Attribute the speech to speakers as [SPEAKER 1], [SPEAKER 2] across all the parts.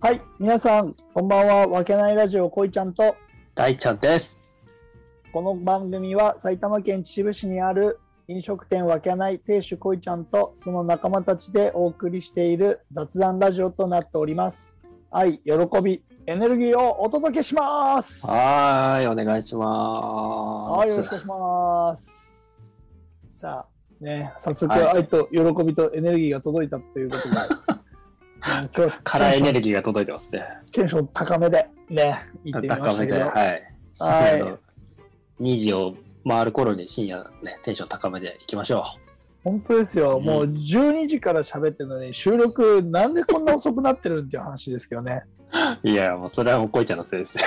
[SPEAKER 1] はい、皆さん、こんばんは。わけないラジオ、こいちゃんと、
[SPEAKER 2] 大ちゃんです。
[SPEAKER 1] この番組は埼玉県秩父市にある飲食店わけない亭主こいちゃんと、その仲間たちでお送りしている雑談ラジオとなっております。愛、喜び、エネルギーをお届けします。
[SPEAKER 2] はーい、お願いしま
[SPEAKER 1] はい、よろ
[SPEAKER 2] す
[SPEAKER 1] しくお。願いします。さあ、ね、早速、
[SPEAKER 2] はい
[SPEAKER 1] 愛と喜びとエネルギーが届いたということ で、ね今日
[SPEAKER 2] カラーエネルギーが届いてますね。
[SPEAKER 1] テンション高めで、ね、行ってみま
[SPEAKER 2] 高
[SPEAKER 1] し
[SPEAKER 2] め
[SPEAKER 1] たけ
[SPEAKER 2] で、
[SPEAKER 1] ど、
[SPEAKER 2] はい。深
[SPEAKER 1] はい
[SPEAKER 2] 夜の2時を回る頃に深夜ね、テンション高めでいきましょ
[SPEAKER 1] 本当ですよ、
[SPEAKER 2] うん
[SPEAKER 1] もう12時から喋ってるのに、収録、なんでこんな遅くなってるんっていう話ですけどね。
[SPEAKER 2] う。いや、もうそれはもうこいちゃんのせいですよ。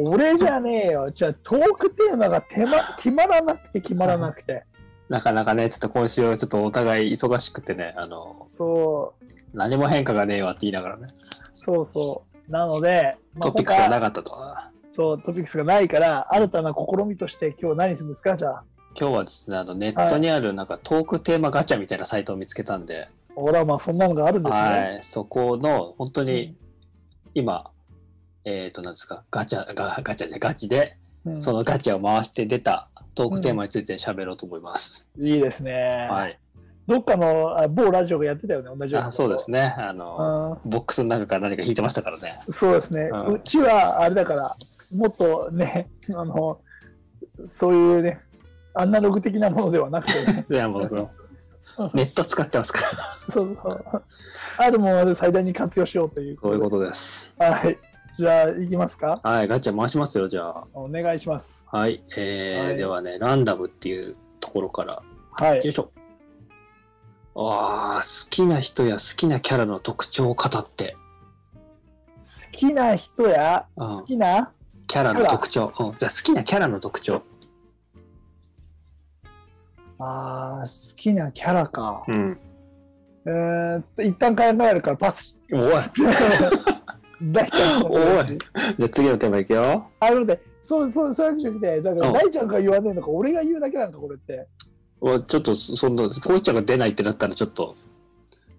[SPEAKER 1] 俺じゃねえよ、じゃあ、トークテーマが手間決まらなくて決まらなくて、
[SPEAKER 2] なかなかね、ちょっと今週はちょっとお互い忙しくてね、あの、
[SPEAKER 1] そう、
[SPEAKER 2] 何も変化がねえわって言いながらね、
[SPEAKER 1] そうそう。なので、まあ
[SPEAKER 2] トピックスが
[SPEAKER 1] 他
[SPEAKER 2] なかったと。今
[SPEAKER 1] そう、トピックスがないから、新たな試みとして、今日何するんですか、じゃあ。
[SPEAKER 2] 日はですね、あの、ネットにあるなんかトークテーマガチャみたいなサイトを見つけたんで、
[SPEAKER 1] 俺はまあ、そんなのがあるんですね。
[SPEAKER 2] はい、そこの本当に今、えっ、と、なんですか、ガチャ、ガガチャで、ガチで、
[SPEAKER 1] うん
[SPEAKER 2] そのガチャを回して出たトークテーマについて喋ろうと思います。
[SPEAKER 1] いいですね。
[SPEAKER 2] はい。
[SPEAKER 1] どっかのあ某ラジオがやってたよね、同じような
[SPEAKER 2] あ
[SPEAKER 1] こと
[SPEAKER 2] そうですね。あの、
[SPEAKER 1] うん
[SPEAKER 2] ボックスの中から何か引いてましたからね。
[SPEAKER 1] そうですね、
[SPEAKER 2] うん
[SPEAKER 1] うちはあれだから、もっとね、 あのそういうね、アナログ的なものではなくて、ね、
[SPEAKER 2] いや、もう、ネット使ってますから。
[SPEAKER 1] そうそうあるもので最大に活用しようという
[SPEAKER 2] そういう
[SPEAKER 1] こ
[SPEAKER 2] こととです。
[SPEAKER 1] で。はい、じゃあ、いきますか。
[SPEAKER 2] はい、ガチャ回しますよ、じゃあ。
[SPEAKER 1] お願いします。
[SPEAKER 2] はい。えー
[SPEAKER 1] はい
[SPEAKER 2] ではね、ランダムっていうところから
[SPEAKER 1] は
[SPEAKER 2] よい
[SPEAKER 1] い。
[SPEAKER 2] しょ。ああ、好きな人や好きなキャラの特徴を語って。
[SPEAKER 1] 好きな人や
[SPEAKER 2] うん
[SPEAKER 1] 好きな、
[SPEAKER 2] キャラの特徴。うん、じゃあ好きなキャラの特徴。
[SPEAKER 1] あー好きなキャラか。
[SPEAKER 2] うん。
[SPEAKER 1] えーっと、一旦考えるからパ ス。
[SPEAKER 2] おい。
[SPEAKER 1] 大ちゃん
[SPEAKER 2] おい。じゃあ次のテーマいくよ。
[SPEAKER 1] あ、待って、そうそう、そういうんじゃなくて、だから
[SPEAKER 2] うん
[SPEAKER 1] 大ちゃんが言わねえのか、俺が言うだけなのか、これって。
[SPEAKER 2] おちょっとそ、そんな、こういちゃんが出ないってなったらちょっと、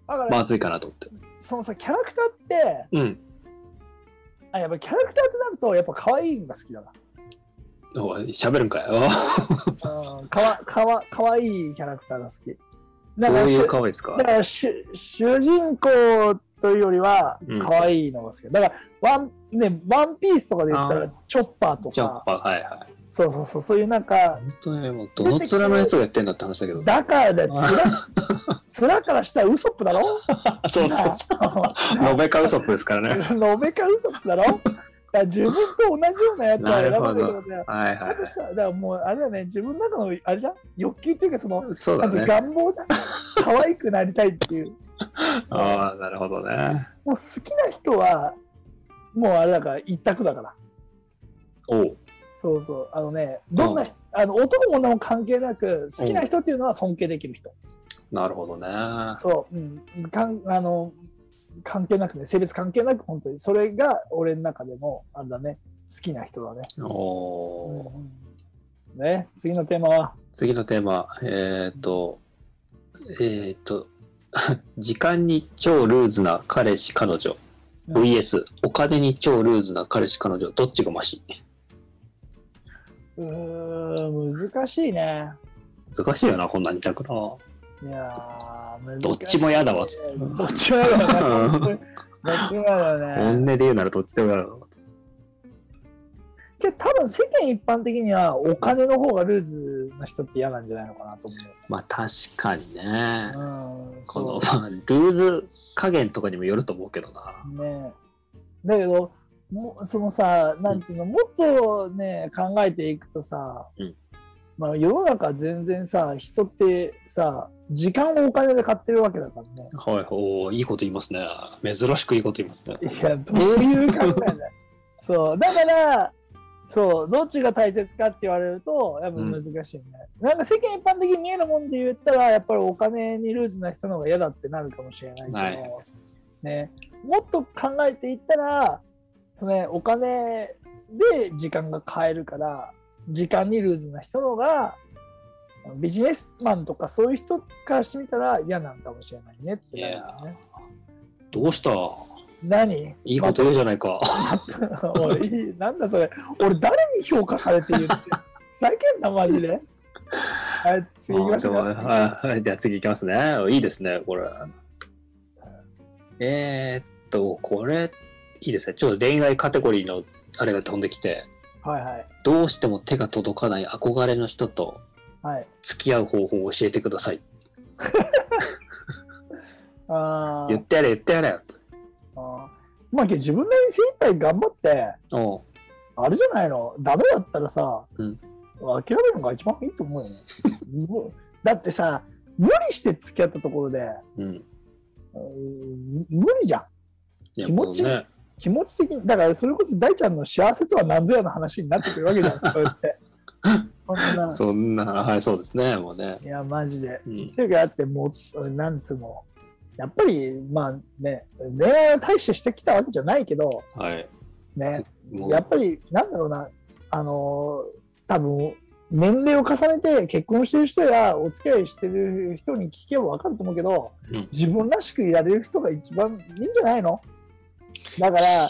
[SPEAKER 1] だから、
[SPEAKER 2] まずいかなと思って。
[SPEAKER 1] そのさキャラクターって
[SPEAKER 2] うん。
[SPEAKER 1] あやっぱキャラクターってなるとやっぱ可愛いのが好きだな、
[SPEAKER 2] おい、喋るんかよ。
[SPEAKER 1] うん、かわかわ可愛いキャラクターが好きだ
[SPEAKER 2] ど
[SPEAKER 1] から
[SPEAKER 2] ういう
[SPEAKER 1] し
[SPEAKER 2] 顔ですか
[SPEAKER 1] だから主主人公というよりは
[SPEAKER 2] うん
[SPEAKER 1] 可愛いのが好き、だからワン,、ね、ワンピースとかで言った
[SPEAKER 2] あ
[SPEAKER 1] らチョッパーと
[SPEAKER 2] ジャッ
[SPEAKER 1] か
[SPEAKER 2] パー、はいはい。
[SPEAKER 1] そうそうそうそういうなんか
[SPEAKER 2] 本当にもう、どの面のやつがやってんだって話だけど。
[SPEAKER 1] だからだよつらつらからしたらウソップだ ろ
[SPEAKER 2] そうそうそう。ノベカウソップですからね。
[SPEAKER 1] ノベカウソップだろだから自分と同じようなやつは選ばなきゃいけないんだよ
[SPEAKER 2] はいは
[SPEAKER 1] だ
[SPEAKER 2] い
[SPEAKER 1] としたら、だからもうあれだね、自分の中のあれじゃん欲求というか、その、
[SPEAKER 2] はい。そう
[SPEAKER 1] ま
[SPEAKER 2] だ
[SPEAKER 1] ず
[SPEAKER 2] ね。
[SPEAKER 1] 願望じゃ ん。可愛くなりたいっていう。
[SPEAKER 2] ああ、なるほどね。
[SPEAKER 1] もう好きな人は、もうあれだから、一択だから。
[SPEAKER 2] おう。
[SPEAKER 1] そうそう。あのね、どんな人、あの男も女も関係なく、好きな人っていうのは尊敬できる人。
[SPEAKER 2] なるほどね。
[SPEAKER 1] そう、うん。かんあの関係なくね、性別関係なく、本当に。それが俺の中でも、あれだね、好きな人だね。
[SPEAKER 2] おー
[SPEAKER 1] うんね、次のテーマは、
[SPEAKER 2] 次のテーマ、えっ、と、えっ、と、 時間に超ルーズな彼氏彼女
[SPEAKER 1] うん
[SPEAKER 2] VS お金に超ルーズな彼氏彼女どっちがマシ
[SPEAKER 1] うーん、難しいね。
[SPEAKER 2] 難しいよなこんな二択な。
[SPEAKER 1] いやー難しい
[SPEAKER 2] どっちも嫌だわつって
[SPEAKER 1] どっちも嫌だわね。
[SPEAKER 2] う
[SPEAKER 1] どっちも嫌だ
[SPEAKER 2] 本音
[SPEAKER 1] ね。
[SPEAKER 2] で言うならどっちでもやろ
[SPEAKER 1] けど多分世間一般的にはお金の方がルーズな人って嫌なんじゃないのかなと
[SPEAKER 2] まあ確かにね。
[SPEAKER 1] 思う。うん、
[SPEAKER 2] この
[SPEAKER 1] そ
[SPEAKER 2] まあルーズ加減とかにもよると思うけどな。
[SPEAKER 1] うね。だけど、もそのさ、なんつうの、もっとね、考えていくとさ、
[SPEAKER 2] うん
[SPEAKER 1] まあ世の中全然さ、人ってさ、時間をお金で買ってるわけだからね。
[SPEAKER 2] はい、おーいいこと言いますね。珍しくいいこと言いますね。
[SPEAKER 1] いや、どういう考えだよ そう、だから、そう、どっちが大切かって言われると、やっぱ難しいね。なんか世間一般的に見えるもんで言ったら、やっぱりお金にルーズな人の方が嫌だってなるかもしれないけど、
[SPEAKER 2] はい
[SPEAKER 1] ね、もっと考えていったら、そのね、お金で時間が買えるから、時間にルーズな人の方が、ビジネスマンとかそういう人からしてみたら嫌なんかもしれないねってなるよね。
[SPEAKER 2] どうした
[SPEAKER 1] 何
[SPEAKER 2] いいこと言うじゃないか。
[SPEAKER 1] おいなんだそれ俺誰に評価されて言ってふざけんなマジ ではい次行きましょう
[SPEAKER 2] あでもはいはい、では次行きますね。いいですね、これ。えー、っと、これ、いいですね。ちょっと恋愛カテゴリーのあれが飛んできて、
[SPEAKER 1] はいはい
[SPEAKER 2] どうしても手が届かない憧れの人と
[SPEAKER 1] はい
[SPEAKER 2] 付き合う方法を教えてください。
[SPEAKER 1] あ
[SPEAKER 2] 言ってやれ、言ってやれ。
[SPEAKER 1] あまあ自分なりに精一杯頑張って
[SPEAKER 2] おう
[SPEAKER 1] あれじゃないのダメだったらさ、
[SPEAKER 2] うん
[SPEAKER 1] 諦めるのが一番いいと思うよもうだってさ無理して付き合ったところで
[SPEAKER 2] うん。
[SPEAKER 1] うん無理じゃん
[SPEAKER 2] いや
[SPEAKER 1] 気持ち
[SPEAKER 2] もうね。
[SPEAKER 1] 気持ち的にだからそれこそ大ちゃんの幸せとは何ぞやの話になってくるわけじゃんそうや ってそんな
[SPEAKER 2] そんな、はい、そうですね、もうね。
[SPEAKER 1] いやマジで
[SPEAKER 2] うん。
[SPEAKER 1] っていうかだってもうなんつうのやっぱりまあね恋愛を大してしてきたわけじゃないけど
[SPEAKER 2] はい。
[SPEAKER 1] ね
[SPEAKER 2] もう
[SPEAKER 1] やっぱりなんだろうな、あのー多分年齢を重ねて結婚してる人やお付き合いしてる人に聞けば分かると思うけど、
[SPEAKER 2] うん
[SPEAKER 1] 自分らしくいられる人が一番いいんじゃないのだから、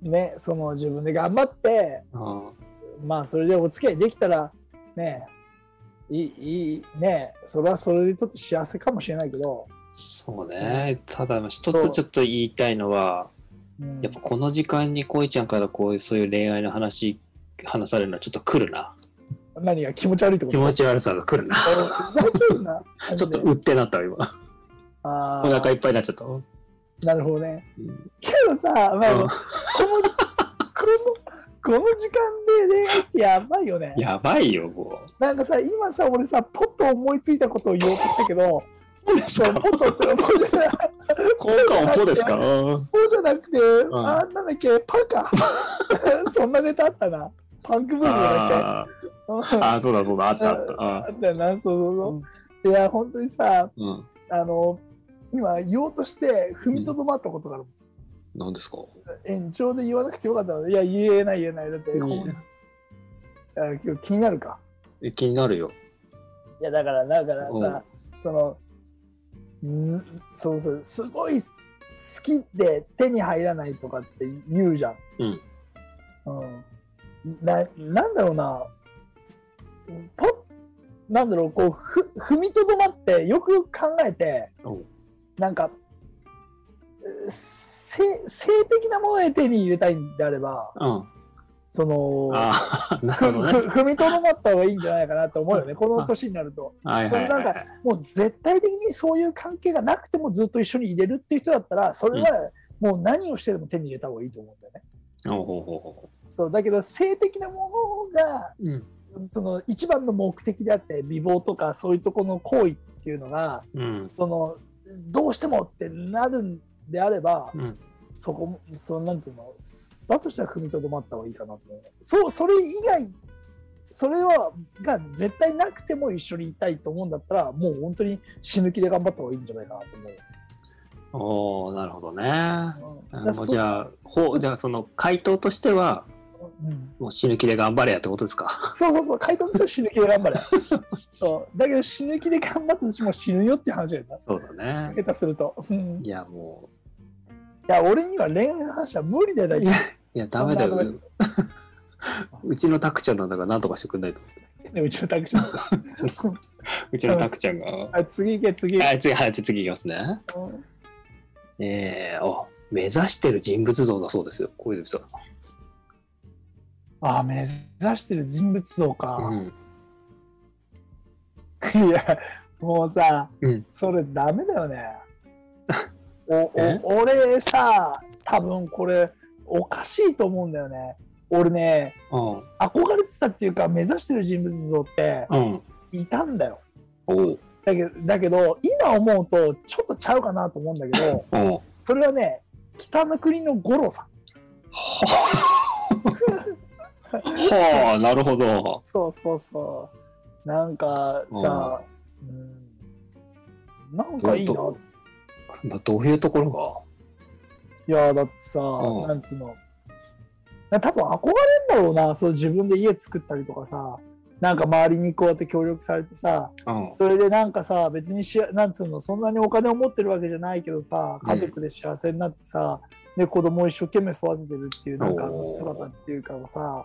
[SPEAKER 1] ね、その自分で頑張って、
[SPEAKER 2] あ
[SPEAKER 1] まあ、それでお付き合いできたら、ね、いい、いい、ね、それはそれでとって幸せかもしれないけど、
[SPEAKER 2] そうね。ただ、一
[SPEAKER 1] そ
[SPEAKER 2] つ
[SPEAKER 1] う
[SPEAKER 2] ちょっと言いたいのは、
[SPEAKER 1] うん
[SPEAKER 2] やっぱこの時間に恋ちゃんからこういうそういう恋愛の話話されるのはちょっと来るな
[SPEAKER 1] 何が気持ち悪いってこ
[SPEAKER 2] 気
[SPEAKER 1] と
[SPEAKER 2] 持ち悪さが来るな
[SPEAKER 1] 俺ふざけんな
[SPEAKER 2] ちょっとうってなったわ今
[SPEAKER 1] あ
[SPEAKER 2] お
[SPEAKER 1] ー
[SPEAKER 2] 腹いっぱいになっちゃったわ
[SPEAKER 1] なるほどね。
[SPEAKER 2] うん
[SPEAKER 1] けどさ、まあ、この、この、この時間で恋愛ってやばいよね。
[SPEAKER 2] やばいよも
[SPEAKER 1] なんかさ、今さ、俺さ、ポッと思いついたことを言おうとしたけ ど、そうポッとってのはポッじゃない、
[SPEAKER 2] う効果音ポです か
[SPEAKER 1] ポッじゃなくて、
[SPEAKER 2] ん
[SPEAKER 1] あ、なんだっけ、パか。 そんなネタあったな。パンクブームだっ
[SPEAKER 2] あ
[SPEAKER 1] け。うん
[SPEAKER 2] ー
[SPEAKER 1] あ
[SPEAKER 2] あーそうだそうだあったあったあ
[SPEAKER 1] ったよな、そうそうそう。いや、本当にさ、
[SPEAKER 2] ーうん
[SPEAKER 1] あの、今言おうとして踏みとどまったことがある。
[SPEAKER 2] 何ですか
[SPEAKER 1] 延長で言わなくてよかったのいや、言えない言えない。だって、
[SPEAKER 2] いや
[SPEAKER 1] こうあ今日気になるか。
[SPEAKER 2] え気になるよ
[SPEAKER 1] いやだからだからさ、そのんそうそうすごいす好きで手に入らないとかって言うじゃん。
[SPEAKER 2] うん
[SPEAKER 1] うん、ななんだろうなポッなんだろうこうふ踏みとどまってよくよく考えて
[SPEAKER 2] おう
[SPEAKER 1] なんかう性性的なものを手に入れたいんであれば
[SPEAKER 2] うん
[SPEAKER 1] その
[SPEAKER 2] ああな
[SPEAKER 1] ふ
[SPEAKER 2] るほ どね
[SPEAKER 1] ふ踏みとどまった方がいいんじゃないかなと思うよねこの年になると。
[SPEAKER 2] はいはい
[SPEAKER 1] そ
[SPEAKER 2] は
[SPEAKER 1] れ
[SPEAKER 2] い
[SPEAKER 1] な
[SPEAKER 2] は
[SPEAKER 1] ん
[SPEAKER 2] い
[SPEAKER 1] もう絶対的にそういう関係がなくてもずっと一緒に入れるっていう人だったらそれはもう何をしてでも手に入れた方がいいと思うんだよね。
[SPEAKER 2] おうほうほうほ
[SPEAKER 1] そうだけど性的なものが
[SPEAKER 2] ううん
[SPEAKER 1] その一番の目的であって美貌とかそういうとこの行為っていうのが
[SPEAKER 2] うん
[SPEAKER 1] そのどうしてもってなるんであれば
[SPEAKER 2] うん
[SPEAKER 1] そこもそのなんつうのだとしたら踏みとどまった方がいいかなと思う。そうそれ以外それはが絶対なくても一緒にいたいと思うんだったらもう本当に死ぬ気で頑張った方がいいんじゃないかなと思う。
[SPEAKER 2] おおなるほどねあ
[SPEAKER 1] だ
[SPEAKER 2] も
[SPEAKER 1] そうう
[SPEAKER 2] じゃあ、ほう、じゃあその回答としては、
[SPEAKER 1] うん
[SPEAKER 2] もう死ぬ気で頑張れやってことですか。
[SPEAKER 1] そうそうそう、回答としては死ぬ気で頑張れ。そうだけど死ぬ気で頑張ったとしても死ぬよっていう話だよな。
[SPEAKER 2] そうだね。
[SPEAKER 1] 下手すると。うん
[SPEAKER 2] いや、も
[SPEAKER 1] いや、俺には恋愛の話は無理だよ、大
[SPEAKER 2] う、い
[SPEAKER 1] 体
[SPEAKER 2] や、いやダメ
[SPEAKER 1] そ
[SPEAKER 2] だ
[SPEAKER 1] ん
[SPEAKER 2] よ
[SPEAKER 1] なアド。
[SPEAKER 2] うちのタクちゃんなんだから、なんとかしてくんないと。
[SPEAKER 1] でうちのタクシー。
[SPEAKER 2] うちのタク ちゃんが。
[SPEAKER 1] あ次行け、次。
[SPEAKER 2] はい、次、はい、次いきますね。
[SPEAKER 1] うん
[SPEAKER 2] えー、あ、目指してる人物像だそうですよ、小泉さん。
[SPEAKER 1] あ、目指してる人物像
[SPEAKER 2] う
[SPEAKER 1] か。
[SPEAKER 2] ん、
[SPEAKER 1] いや、もうさ、
[SPEAKER 2] うん
[SPEAKER 1] それダメだよ ね。お
[SPEAKER 2] え
[SPEAKER 1] お俺さ、多分これ、おかしいと思うんだよね。俺ね、
[SPEAKER 2] うん、
[SPEAKER 1] 憧れてたっていうか、目指してる人物像って、
[SPEAKER 2] うん。
[SPEAKER 1] いたんだよ。
[SPEAKER 2] おう、
[SPEAKER 1] だけどだけど今思うとちょっとちゃうかなと思うんだけ ど
[SPEAKER 2] おう。
[SPEAKER 1] それはね北の国の五郎さん
[SPEAKER 2] はあ、なるほど。
[SPEAKER 1] そうそうそうなんかさ、うん、なんかいいな
[SPEAKER 2] どなどういうところ
[SPEAKER 1] いやだってさ、
[SPEAKER 2] うん
[SPEAKER 1] なんつうのな多分憧れんだろうなそう自分で家作ったりとかさなんか周りにこうやって協力されてさ
[SPEAKER 2] うん。
[SPEAKER 1] それでなんかさ別にしなんつうのそんなにお金を持ってるわけじゃないけどさ
[SPEAKER 2] うん
[SPEAKER 1] 家族で幸せになってさ、で子供を一生懸命育ててるっていうなんかあの
[SPEAKER 2] おー
[SPEAKER 1] 姿っていうかはさ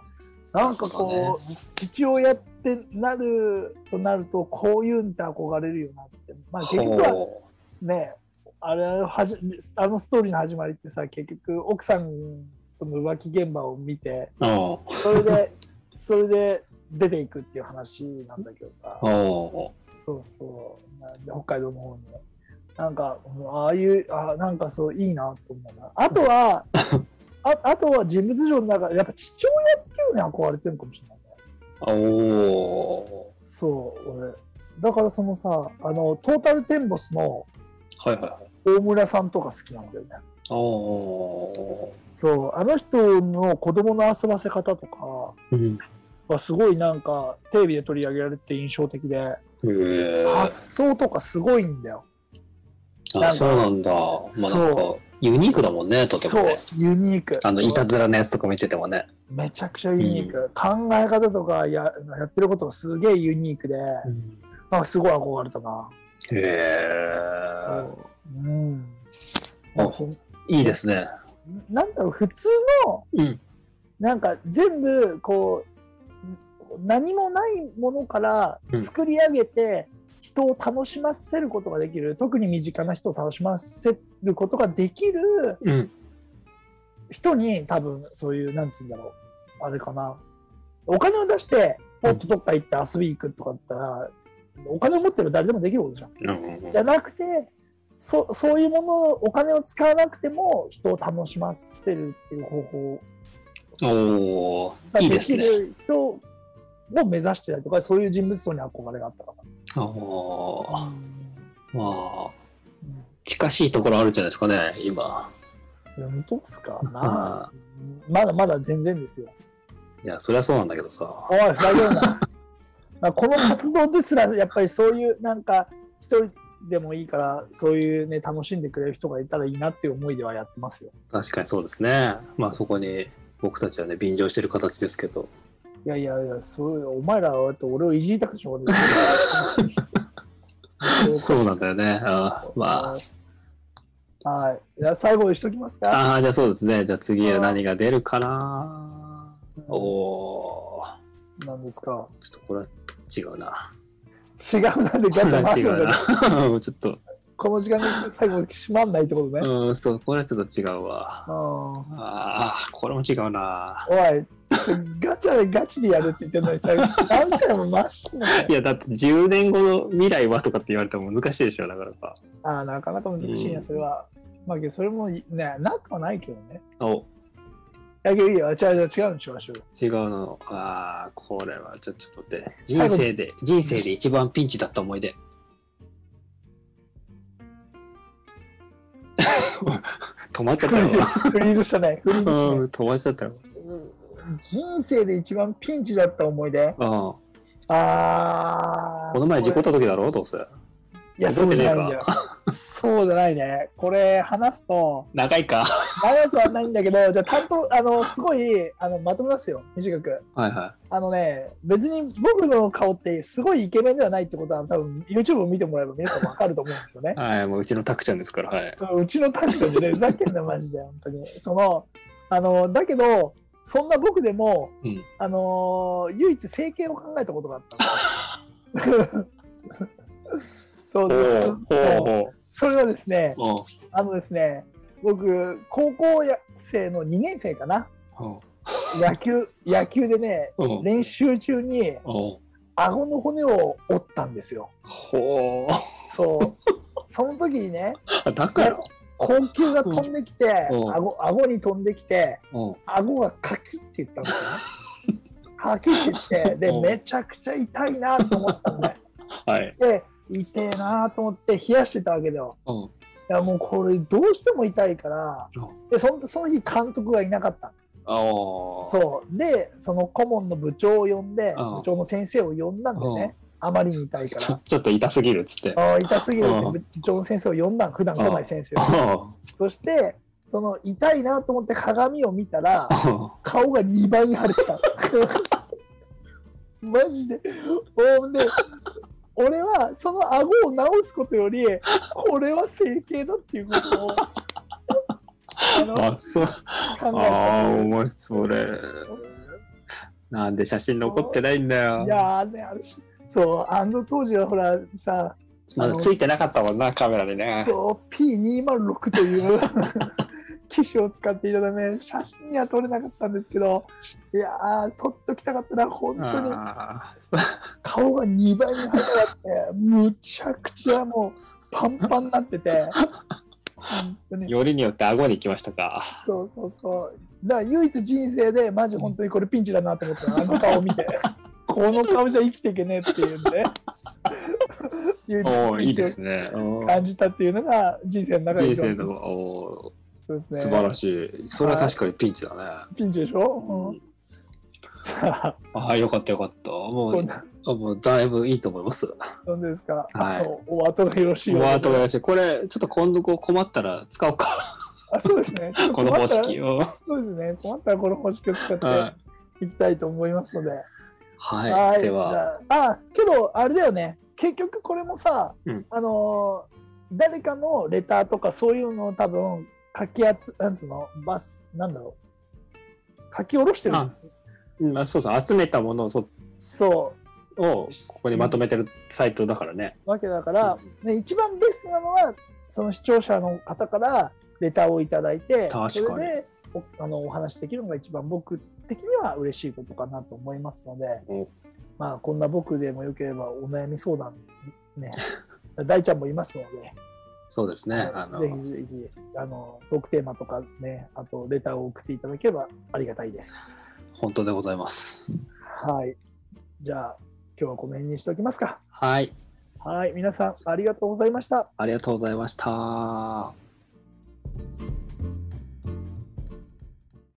[SPEAKER 1] なんか
[SPEAKER 2] なるほ
[SPEAKER 1] こう、父親ってなるとなるとこういうんって憧れるよなってまあ結局は
[SPEAKER 2] ほ
[SPEAKER 1] ねあれはじあのストーリーの始まりってさ結局奥さんとの浮気現場を見て
[SPEAKER 2] ううん。
[SPEAKER 1] それでそれで出ていくっていう話なんだけどさ
[SPEAKER 2] おー
[SPEAKER 1] そうそうなんで北海道の方になんかうんああいうあなんかそういいなと思うなあとはああとは人物像の中でやっぱ父親っていうのに憧れてるのかもしれないね
[SPEAKER 2] お
[SPEAKER 1] そう俺だからそのさあのトータルテンボスの
[SPEAKER 2] ーはいはいはい。
[SPEAKER 1] 大村さんとか好きなんだよね
[SPEAKER 2] おー
[SPEAKER 1] そうあの人の子供の遊ばせ方とか
[SPEAKER 2] うん。
[SPEAKER 1] はすごいなんかテレビで取り上げられて印象的で
[SPEAKER 2] へえ。
[SPEAKER 1] 発想とかすごいんだよなん
[SPEAKER 2] あ、
[SPEAKER 1] か
[SPEAKER 2] そうなんだ。まあなんか
[SPEAKER 1] そ、
[SPEAKER 2] ユニークだもんね、とても
[SPEAKER 1] そう
[SPEAKER 2] ね。
[SPEAKER 1] ユニーク
[SPEAKER 2] あの、い
[SPEAKER 1] そ
[SPEAKER 2] た
[SPEAKER 1] う
[SPEAKER 2] ずらのやつとか見ててもね。
[SPEAKER 1] めちゃくちゃユニーク、考え方とかややってることがすげえユニークで、なんかすごい憧れたな
[SPEAKER 2] へえ。
[SPEAKER 1] そううん
[SPEAKER 2] あ
[SPEAKER 1] まあそう
[SPEAKER 2] いいですね。
[SPEAKER 1] なんだろう普通の
[SPEAKER 2] うん。
[SPEAKER 1] なんか全部こうん何もないものから
[SPEAKER 2] うん
[SPEAKER 1] 作り上げて人を楽しませることができる、特に身近な人を楽しませることができる
[SPEAKER 2] うん。
[SPEAKER 1] 人に多分そういうなんつうんだろうあれかなお金を出してポッとどっか行って遊び行くとかだったら、お金を持ってる誰でもできることじゃん。
[SPEAKER 2] うん
[SPEAKER 1] じゃなくてそそういうものをお金を使わなくても人を楽しませるっていう方法
[SPEAKER 2] おお
[SPEAKER 1] が
[SPEAKER 2] いい
[SPEAKER 1] で
[SPEAKER 2] です
[SPEAKER 1] き
[SPEAKER 2] ね。
[SPEAKER 1] る人を目指してたりとか、そういう人物像に憧れがあったか
[SPEAKER 2] おお
[SPEAKER 1] な。
[SPEAKER 2] まあ、
[SPEAKER 1] うん
[SPEAKER 2] 近しいところあるんじゃないですかね、今。
[SPEAKER 1] いや本当ですか
[SPEAKER 2] ま
[SPEAKER 1] なまだまだ全然ですよ。
[SPEAKER 2] いや、そりゃそうなんだけどさ
[SPEAKER 1] お。い、ふざけんな。 まあこの活動ですら、やっぱりそういう、なんか、一人でもいいから、そういうね、楽しんでくれる人がいたらいいなっていう思いではやってますよ。
[SPEAKER 2] 確かにそうですね。まあ、そこに僕たちはね、便乗してる形ですけど。。
[SPEAKER 1] いやいやいや、そういう、お前らはだって俺をいじりたくてしょうがない
[SPEAKER 2] そうなんだよね。あーま
[SPEAKER 1] あ。はい。じゃあ最後にしときます
[SPEAKER 2] あ、
[SPEAKER 1] か。
[SPEAKER 2] ああー、じゃあそうですね。じゃあ次は何が出るかな。おおー
[SPEAKER 1] なんですか。
[SPEAKER 2] ちょっとこれは違うな。
[SPEAKER 1] 違うなんでガチャ回
[SPEAKER 2] 違
[SPEAKER 1] すん
[SPEAKER 2] う
[SPEAKER 1] だね。
[SPEAKER 2] な。 うんちょっと、
[SPEAKER 1] この時間に最後閉まんないってことね。うん
[SPEAKER 2] うん、そう、これはちょっと違うわ。ああ、これも違うな。
[SPEAKER 1] おい、ガチャでガチでやるって言ってんのにさ、何回も回してんのかよ
[SPEAKER 2] いや、だって10年後の未来はとかって言われても難しいでしょ、だからさ。
[SPEAKER 1] ああ、なかなか難しいな、
[SPEAKER 2] うん
[SPEAKER 1] それは。まあ、けどそれもね、なくはないけどね。
[SPEAKER 2] お
[SPEAKER 1] いやけどいいよ、違う違う、違うのにしましょうよ。
[SPEAKER 2] 違うの。ああ、これはちょちょっと待って。人生で、人生で一番ピンチだった思い 出。止まっちゃったよ。
[SPEAKER 1] フリーズしたね、フリーズした
[SPEAKER 2] うん
[SPEAKER 1] ね。
[SPEAKER 2] 止まっちゃったよ。
[SPEAKER 1] 人生で一番ピンチだった思い出
[SPEAKER 2] うん
[SPEAKER 1] ああ。
[SPEAKER 2] この前事故った時だろ、どうせ。
[SPEAKER 1] いや、そうじゃないんだよ。そうじゃないね。これ、話すと、
[SPEAKER 2] 長いか。
[SPEAKER 1] 長くはないんだけど、じゃあ、担当、あの、すごい、あの、まとめますよ、短く。
[SPEAKER 2] はいは
[SPEAKER 1] あのね、別に僕の顔ってすごいイケメンではないってことは多分 YouTube を見てもらえば皆さんわかると思うんですよね
[SPEAKER 2] い。。はい、もううちのタクちゃんですから、はい。
[SPEAKER 1] うちのタクトでね、ふざけんなマジで本当に。そのあのだけどそんな僕でも、
[SPEAKER 2] うん
[SPEAKER 1] あの唯一整形を考えたことがあった んですよ。そうですそう
[SPEAKER 2] お
[SPEAKER 1] それはですね、
[SPEAKER 2] おお
[SPEAKER 1] あのですね、僕高校生の2年生かな、
[SPEAKER 2] お
[SPEAKER 1] 野球野球でね、
[SPEAKER 2] お
[SPEAKER 1] 練習中に。
[SPEAKER 2] お
[SPEAKER 1] 顎の骨を折ったんですよ。
[SPEAKER 2] ほ
[SPEAKER 1] そう。 その時にね、
[SPEAKER 2] う。だから。
[SPEAKER 1] 高球が飛んできて、
[SPEAKER 2] うんうん
[SPEAKER 1] 顎顎に飛んできて、
[SPEAKER 2] うん。
[SPEAKER 1] 顎がカキって言ったんですよ ね。カキって言って、で、
[SPEAKER 2] うん
[SPEAKER 1] めちゃくちゃ痛いなと思ったのね。
[SPEAKER 2] はい。
[SPEAKER 1] で、痛えなと思って冷やしてたわけだよ。
[SPEAKER 2] うん。
[SPEAKER 1] いや、もうこれどうしても痛いから
[SPEAKER 2] う、
[SPEAKER 1] で、そのその日監督がいなかった。
[SPEAKER 2] ああ。
[SPEAKER 1] そう。で、その顧問の部長を呼んで、
[SPEAKER 2] うん
[SPEAKER 1] 部長の先生を呼んだんだよね。あまりに痛いか
[SPEAKER 2] ちょ
[SPEAKER 1] ら。
[SPEAKER 2] ちょっと痛すぎるっつって。
[SPEAKER 1] ああ痛すぎるって
[SPEAKER 2] うん
[SPEAKER 1] 部長の先生を呼んだん普段来ない先生をそしてその痛いなと思って鏡を見たら
[SPEAKER 2] うん
[SPEAKER 1] 顔が2倍に腫れてた マジで。おで俺はその顎を直すことより、これは整形だっていう ことをあの
[SPEAKER 2] あ、そう。
[SPEAKER 1] 考え
[SPEAKER 2] ああ、
[SPEAKER 1] た。
[SPEAKER 2] お前それ。なんで写真残ってないんだよ
[SPEAKER 1] い。やーね、あれしそう、あの当時はほらさ、
[SPEAKER 2] まだついてなかったもんな、カメラにね。
[SPEAKER 1] そう P206 と いう機種を使っていたため、写真には撮れなかったんですけど、いやー、撮っときたかったな、本当に
[SPEAKER 2] あ
[SPEAKER 1] 顔が2倍に速くなって、むちゃくちゃもうパンパンになってて、本当
[SPEAKER 2] ー
[SPEAKER 1] に。
[SPEAKER 2] よりによって顎に来ましたか。
[SPEAKER 1] そうそうそう。だから唯一人生で、マジ本当にこれピンチだなって思ったのあの顔見 て。この顔じゃ生きていけねえっていうんで、 唯一
[SPEAKER 2] おお、いい
[SPEAKER 1] ピン
[SPEAKER 2] で
[SPEAKER 1] チ
[SPEAKER 2] すね。
[SPEAKER 1] を
[SPEAKER 2] おー
[SPEAKER 1] 感じたっていうのが人生の中で
[SPEAKER 2] 人
[SPEAKER 1] 一
[SPEAKER 2] 生
[SPEAKER 1] 番
[SPEAKER 2] の、お
[SPEAKER 1] そうです
[SPEAKER 2] ー
[SPEAKER 1] ね。
[SPEAKER 2] 素晴らしい。それは確かにピンチだね。
[SPEAKER 1] ピンチでしょ、うん、さあ、
[SPEAKER 2] ああ、よかったよかった。も
[SPEAKER 1] こん
[SPEAKER 2] う、
[SPEAKER 1] な
[SPEAKER 2] あもうだいぶいいと思います。
[SPEAKER 1] どんですか、
[SPEAKER 2] はい
[SPEAKER 1] あそうお後がよろしいようで
[SPEAKER 2] わーっと思いました。これ、ちょっと今度こう困ったら使おうか。
[SPEAKER 1] あそうですね。
[SPEAKER 2] この方式を。
[SPEAKER 1] そうですね。困ったらこの方式を使って
[SPEAKER 2] はい
[SPEAKER 1] きたいと思いますので。
[SPEAKER 2] はい。
[SPEAKER 1] はい
[SPEAKER 2] では、
[SPEAKER 1] じゃあ、あけど、あれだよね。結局これもさ、
[SPEAKER 2] うん
[SPEAKER 1] あのー誰かのレターとかそういうのを多分書き集なんつうのバスなんだろう書き下ろしてる
[SPEAKER 2] あうんあそうそう、集めたものをそ
[SPEAKER 1] そ
[SPEAKER 2] をここにまとめてるサイトだからね。
[SPEAKER 1] うわけだから、ね、一番ベストなのはその視聴者の方からレターをいただいて
[SPEAKER 2] 確かに
[SPEAKER 1] それでおあのお話しできるのが一番僕的には嬉しいことかなと思いますので
[SPEAKER 2] お、
[SPEAKER 1] まあ、こんな僕でもよければお悩み相談ね 大ちゃんもいますので、
[SPEAKER 2] そうですね。あの
[SPEAKER 1] ぜひぜひあのトークテーマとかねあとレターを送っていただければありがたいです。
[SPEAKER 2] 本当でございます。
[SPEAKER 1] はいじゃあ今日はこの辺にしておきますか。
[SPEAKER 2] はい。
[SPEAKER 1] はい皆さんありがとうございました。
[SPEAKER 2] ありがとうございました。